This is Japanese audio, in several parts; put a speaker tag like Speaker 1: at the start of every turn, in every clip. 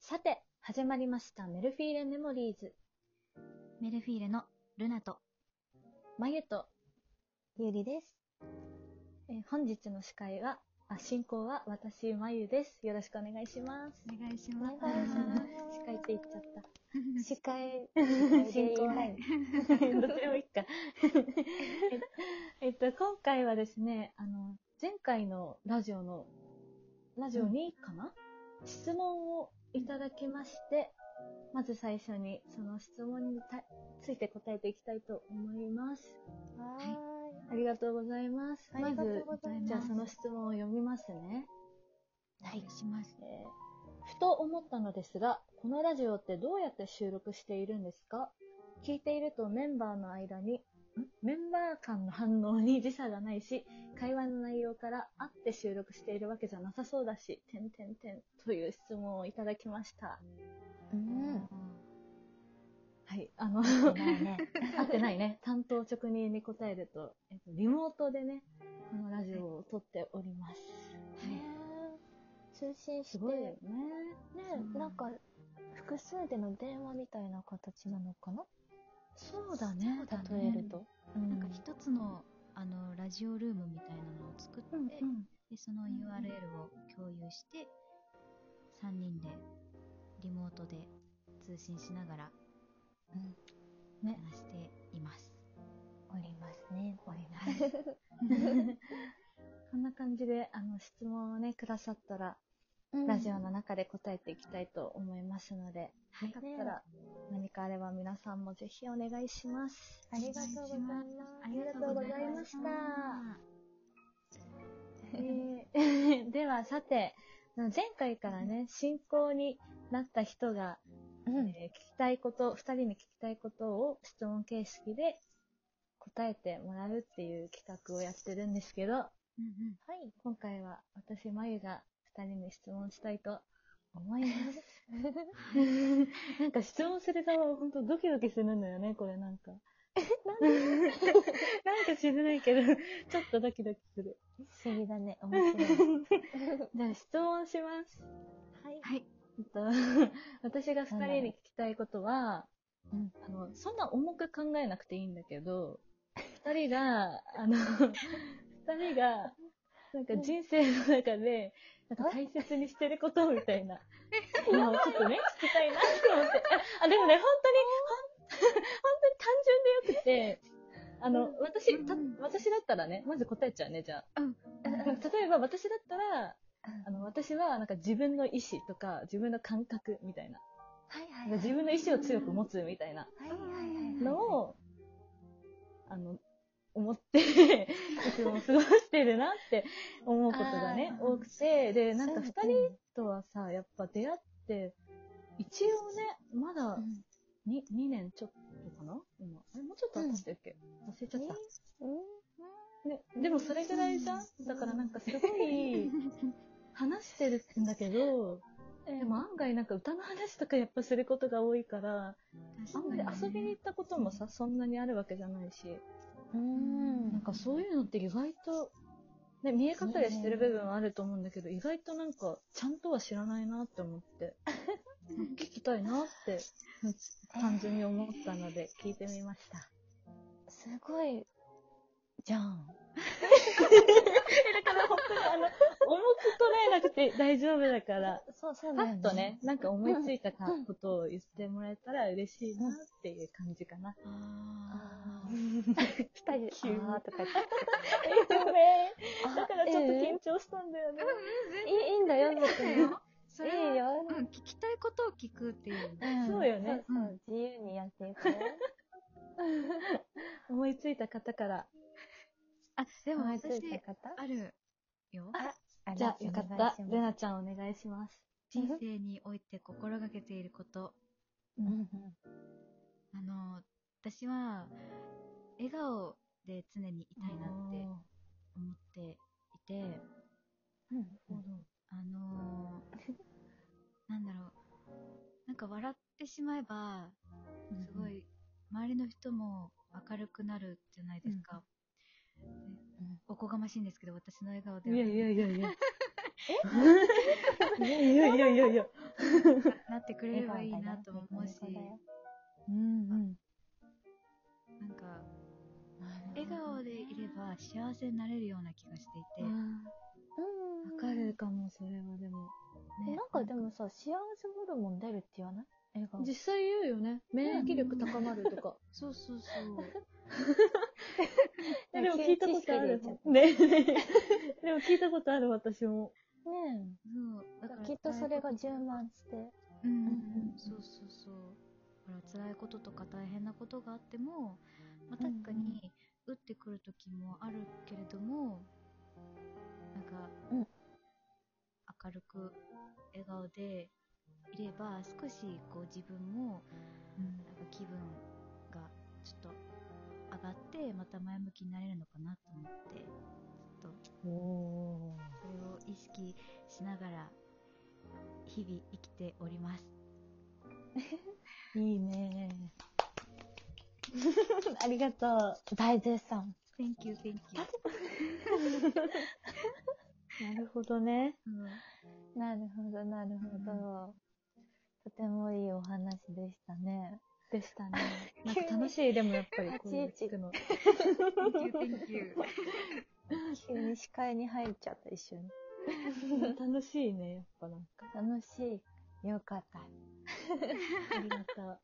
Speaker 1: さて、始まりましたメルフィーレメモリーズ。
Speaker 2: メルフィーレのルナと。
Speaker 1: まゆと、
Speaker 2: ゆりです。
Speaker 1: えー本日の司会は、あ進行は私、まゆです。よろしくお願いします。
Speaker 2: お願いし
Speaker 1: お
Speaker 2: ます。
Speaker 1: 願いします。司会って言っちゃった。
Speaker 2: す。
Speaker 3: 司会、
Speaker 1: 進行はい。 どっちでもいいか。えっと、今回はですね、あの、前回のラジオの、ラジオにかな、質問をいただきまして、まず最初にその質問にたついて答えていきたいと思います。
Speaker 3: は
Speaker 1: ありがとうございます。
Speaker 3: ありがとうご
Speaker 2: ざいます
Speaker 1: ず、じゃあその質問を読みますね。
Speaker 2: はい。お願いします。
Speaker 1: えーふと思ったのですが、このラジオってどうやって収録しているんですか聞いているとメンバーの間に、んメンバー間の反応に時差がないし、会話の内容からあって収録しているわけじゃなさそうだし、てんてんてんという質問をいただきました。
Speaker 3: い。うん。
Speaker 1: はい、あの、
Speaker 3: ないね。
Speaker 1: 合ってないね。担当直入に答えると、えっと、リモートでね、このラジオを撮っております。
Speaker 3: 通信して、
Speaker 1: すごいよ
Speaker 3: ね、
Speaker 1: ね。
Speaker 2: うん
Speaker 3: なんか、複数での電話みたいな形なのかな
Speaker 1: そうだね。
Speaker 2: そうだ
Speaker 3: 例えると。
Speaker 1: うん
Speaker 2: なんか一つの、あの、ラジオルームみたいなのを作って、
Speaker 1: うんうん
Speaker 2: でその URL を共有して、3人でリモートで通信しながら
Speaker 3: うん。
Speaker 2: 話しています。
Speaker 3: おりますね。おります。
Speaker 1: こんな感じで、あの、質問をね、くださったら、ラジオの中で答えていきたいと思いますので、
Speaker 2: はい
Speaker 1: よ。かったら何かあれば皆さんもぜひお願いします。
Speaker 3: ありがとうございます。
Speaker 1: ありがとうございました
Speaker 2: あ
Speaker 1: えー では、さて、前回からね、進行になった人が、
Speaker 3: うん。
Speaker 1: えー聞きたいこと、二人に聞きたいことを質問形式で答えてもらうっていう企画をやってるんですけど、
Speaker 2: りがとうございま
Speaker 3: はい。
Speaker 1: 今回は私、まゆが二人に質問したいと思います。 なんか質問する側は本当ドキドキするんだよね、これなんか。 なんか知らないけど、ちょっとドキドキする。
Speaker 3: 不思議だね。面白い。
Speaker 1: じゃあ質問します。
Speaker 3: はい。
Speaker 2: はい。
Speaker 1: えっと 私が二人に聞きたいことは、
Speaker 3: うん
Speaker 1: あの、そんな重く考えなくていいんだけど、二人が、あの、二人が、なんか人生の中で、なんか大切にしてることみたいな。のをちょっとね、聞きたいなと思って。あ、あでもね、本当に、ほん本当に単純でよくて、あの、私、た
Speaker 2: うん
Speaker 1: 私だったらね、まず答えちゃうね、じゃあ。
Speaker 2: うん
Speaker 1: 例えば私だったら
Speaker 3: うん、
Speaker 1: あの、私はなんか自分の意思とか、自分の感覚みたいな。
Speaker 3: はい
Speaker 1: な
Speaker 3: は
Speaker 1: んか
Speaker 3: いはい。
Speaker 1: 自分の意思を強く持つみたいな
Speaker 3: はいはいはい。
Speaker 1: のを、あの、思 って、いつも過ごしてるなって思うことがね、
Speaker 2: あー
Speaker 1: 多くて、で、なんか
Speaker 3: そう
Speaker 1: 二人
Speaker 3: いうのうん
Speaker 1: とはさ、やっぱ出会って、一応ね、まだ
Speaker 3: うん
Speaker 1: に 2, 年ちょっとかな今。あれもうちょっと経ってるっけ、忘れちゃった。ね、でもそれぐらいじゃんだからなんかすごい話してるんだけど、でも案外なんか歌の話とかやっぱすることが多いから、あんまり遊びに行ったこともさ、そんなにあるわけじゃないし、
Speaker 3: うん。
Speaker 1: なんかそういうのって意外と、ね、見え隠れしてる部分はあると思うんだけど、意外となんかちゃんとは知らないなって思って、聞きたいな って単純に思ったので聞いてみました。
Speaker 3: すごい、じゃん。
Speaker 1: だから本当にあの、重く捉えなくて大丈夫だから。
Speaker 3: そう、そう
Speaker 1: パ
Speaker 3: だよ
Speaker 1: ッ
Speaker 3: ね。
Speaker 1: とね、なんか思いついたかことを言ってもらえたら嬉しいなっていう感じかな。
Speaker 2: あー
Speaker 3: 二人で、
Speaker 1: 急に
Speaker 3: あーとか言って。
Speaker 1: ごめん。
Speaker 3: だ
Speaker 1: 張したんだよね。
Speaker 3: いいいいんだよ、別に。いいよ。
Speaker 2: それはうん、聞きたいことを聞くっていう。
Speaker 3: ん
Speaker 1: そうよね
Speaker 3: そうそう自由にやっていくよ。
Speaker 1: 思いついた方から。
Speaker 2: あ、でも
Speaker 3: 思いつい
Speaker 2: 私、
Speaker 3: た方
Speaker 2: あるよ。
Speaker 3: あ
Speaker 1: じゃあよかった。ルナちゃんお願いします。
Speaker 2: 人生において心がけていること。
Speaker 3: うんうん。
Speaker 2: あの、私は、笑顔で常にいたいなって思っていて、
Speaker 3: うんうん
Speaker 2: あのーなんだろう。なんか笑ってしまえば、すごい、周りの人も明るくなるじゃないですか。
Speaker 3: うん
Speaker 2: おこがましいんですけど、私の笑顔で
Speaker 1: い
Speaker 2: は
Speaker 1: やいやいやいや。えいやいやいやいやいや。
Speaker 2: なってくれればいいなとも思うし、
Speaker 3: うんうん。
Speaker 2: なんか、笑顔でいれば幸せになれるような気がしていて、
Speaker 1: あー
Speaker 2: ね
Speaker 3: うん。
Speaker 1: わかるかも、それはでも。
Speaker 3: えなんかでもさ、幸せホルモン出るって言わない笑顔。
Speaker 1: 実際言うよね。免疫力高まるとか。
Speaker 2: そう そうそう。
Speaker 1: えでも聞いたことある
Speaker 3: 知識で言っちゃっ。
Speaker 1: ね。 でも聞いたことある、私も。
Speaker 3: たね
Speaker 2: そうだから
Speaker 3: え。きっとそれが充満して。
Speaker 2: うんうん
Speaker 3: うん
Speaker 2: うん、そうそうそう。だから辛いこととか大変なことがあっても、まあ、
Speaker 3: うんう
Speaker 2: 確
Speaker 3: ん
Speaker 2: かに打ってくる時もあるけれども、なんか、
Speaker 3: うん
Speaker 2: 明るく笑顔でいれば少しこう自分もなんか気分がちょっと上がってまた前向きになれるのかなと思ってちょっと
Speaker 1: お
Speaker 2: それを意識しながら日々生きております。
Speaker 1: いいね。
Speaker 3: ありがとう。大絶賛。
Speaker 2: Thank you, thank you.
Speaker 1: なるほどね。
Speaker 2: うん
Speaker 3: なるほど、なるほど。とてもいいお話でしたね。
Speaker 1: でした ね。なんか楽しい、でもやっぱりこういうの聞くの。
Speaker 2: Thank you, thank you.
Speaker 3: 急に視界に入っちゃった、一緒に。
Speaker 1: 楽しいね、やっぱなんか。
Speaker 3: 楽しい。よかった。
Speaker 1: ありがとう。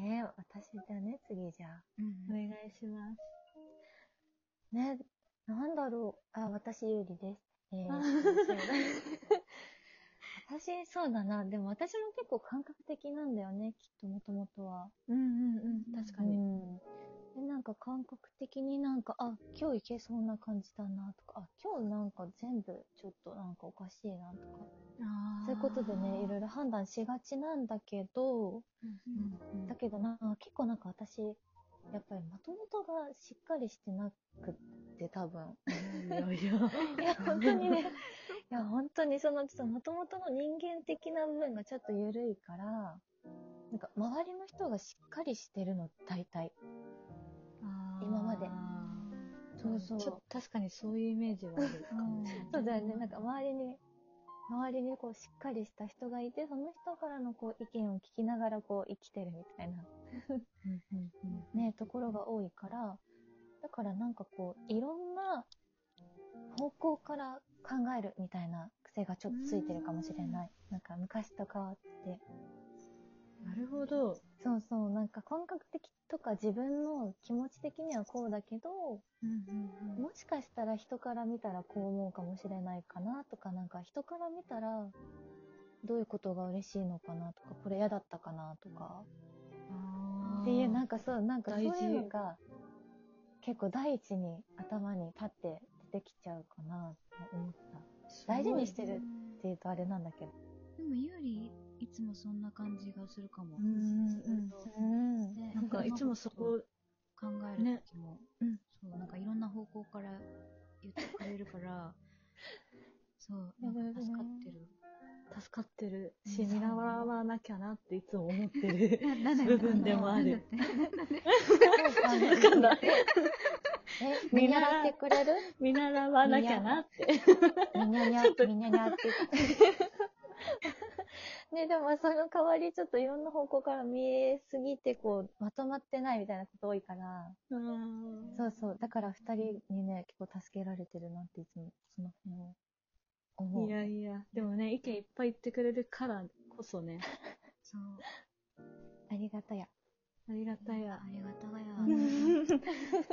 Speaker 3: ねえ、私じゃね、次じゃあ。
Speaker 1: お願いします。
Speaker 3: ね、なんだろう。あ、私、ゆうりです。えー
Speaker 1: あ
Speaker 3: そうだ私、そうだな。でも私も結構感覚的なんだよね、きっともともとは。
Speaker 1: うんうんうん、確かに。
Speaker 3: うん、でなんか感覚的になんか、あ、今日いけそうな感じだなとか、あ、今日なんか全部ちょっとなんかおかしいなとか、そういうことでね、いろいろ判断しがちなんだけど、だけどな、結構なんか私、やっぱりもともとがしっかりしてなくって多 分。
Speaker 1: いやいや。
Speaker 3: いや、本当にね。いや、本当にその、ちょっともともとの人間的な部分がちょっと緩いから、なんか周りの人がしっかりしてるの、大体。今までそうそう
Speaker 1: ちょっと確かにそういうイメージはあるかもしれない。
Speaker 3: そうだよね。なんか周りに、周りにこうしっかりした人がいて、その人からのこう意見を聞きながらこう生きてるみたいな
Speaker 1: うんうんうん
Speaker 3: ね、ところが多いから、だからなんかこう、いろんな方向から考えるみたいな癖がちょっとついてるかもしれない。なんか昔と変わって。
Speaker 1: なるほど。
Speaker 3: そうそう、なんか感覚的とか自分の気持ち的にはこうだけど、もしかしたら人から見たらこう思うかもしれないかなとか、なんか人から見たら、どういうことが嬉しいのかなとか、これ嫌だったかなとか、
Speaker 1: あー
Speaker 3: っていう、なんかそう、なんかそうい
Speaker 1: 大事
Speaker 3: うのが、結構第一に頭に立って出てきちゃうかなと思った。
Speaker 1: すごい
Speaker 3: 大事にして
Speaker 2: う
Speaker 3: る
Speaker 2: ん
Speaker 3: っていうとあれなんだけど。
Speaker 2: でもゆうりいつもそんな感じがするかも。
Speaker 1: うんうん
Speaker 3: うん。
Speaker 2: ね
Speaker 1: なんかいつもそこ、
Speaker 2: 考える時も、
Speaker 1: うん
Speaker 2: そうなんかいろんな方向から言ってくれるから、そう
Speaker 3: やば
Speaker 2: な
Speaker 3: いや
Speaker 2: んか
Speaker 3: ばい
Speaker 2: 助かってる。
Speaker 1: 助かってる
Speaker 3: う
Speaker 1: し、
Speaker 3: ん
Speaker 1: 見習わなきゃなっていつも思ってる。
Speaker 2: ななんだ
Speaker 1: 部分でもある。
Speaker 3: なんだ。え、
Speaker 1: み
Speaker 3: み
Speaker 1: んな
Speaker 3: ならってくれる
Speaker 1: 見習わなきゃなって。
Speaker 3: みにゃにゃ、みにゃにゃって言って。ね、でもその代わりちょっといろんな方向から見えすぎて、こう、まとまってないみたいなこと多いから、
Speaker 1: うん
Speaker 3: そうそう。だから二人にね、結構助けられてるなっていつも、その辺を思う。
Speaker 1: いやいや、でもね、意見いっぱい言ってくれるからこそね、
Speaker 2: そう。
Speaker 3: ありがたや。
Speaker 1: ありがたや
Speaker 2: あ。りがとう
Speaker 3: う
Speaker 2: よ。
Speaker 3: ん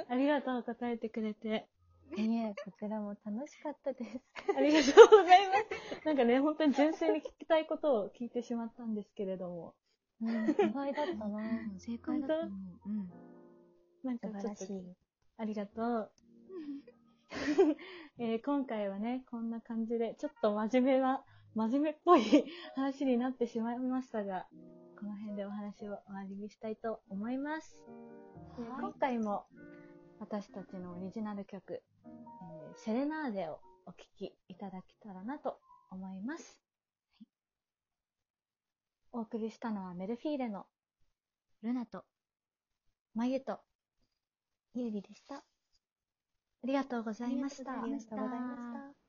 Speaker 1: ありがとう、答えてくれて。
Speaker 3: いえ、こちらも楽しかった です。
Speaker 1: ありがとうございます。なんかね、本当に純粋に聞きたいことを聞いてしまったんですけれども、
Speaker 3: うん、意外だったな。
Speaker 2: うん正解だと思う。うん。
Speaker 1: なんか
Speaker 3: 素
Speaker 1: ち
Speaker 3: 晴
Speaker 1: ょ
Speaker 3: ら
Speaker 1: っと
Speaker 3: し、い。
Speaker 1: ありがとう。えー今回はね、こんな感じで、ちょっと真面目な、真面目っぽい話になってしまいましたが、この辺でお話を終わりにしたいと思います。えー今回も私たちのオリジナル曲、えーセレナーデをお聴きいただけたらなと思います。お送りしたのはメルフィーレの
Speaker 2: ルナと、
Speaker 1: まゆと、あ
Speaker 3: ゆうりでした。あ
Speaker 1: りがとうございました。
Speaker 3: りがとうございました。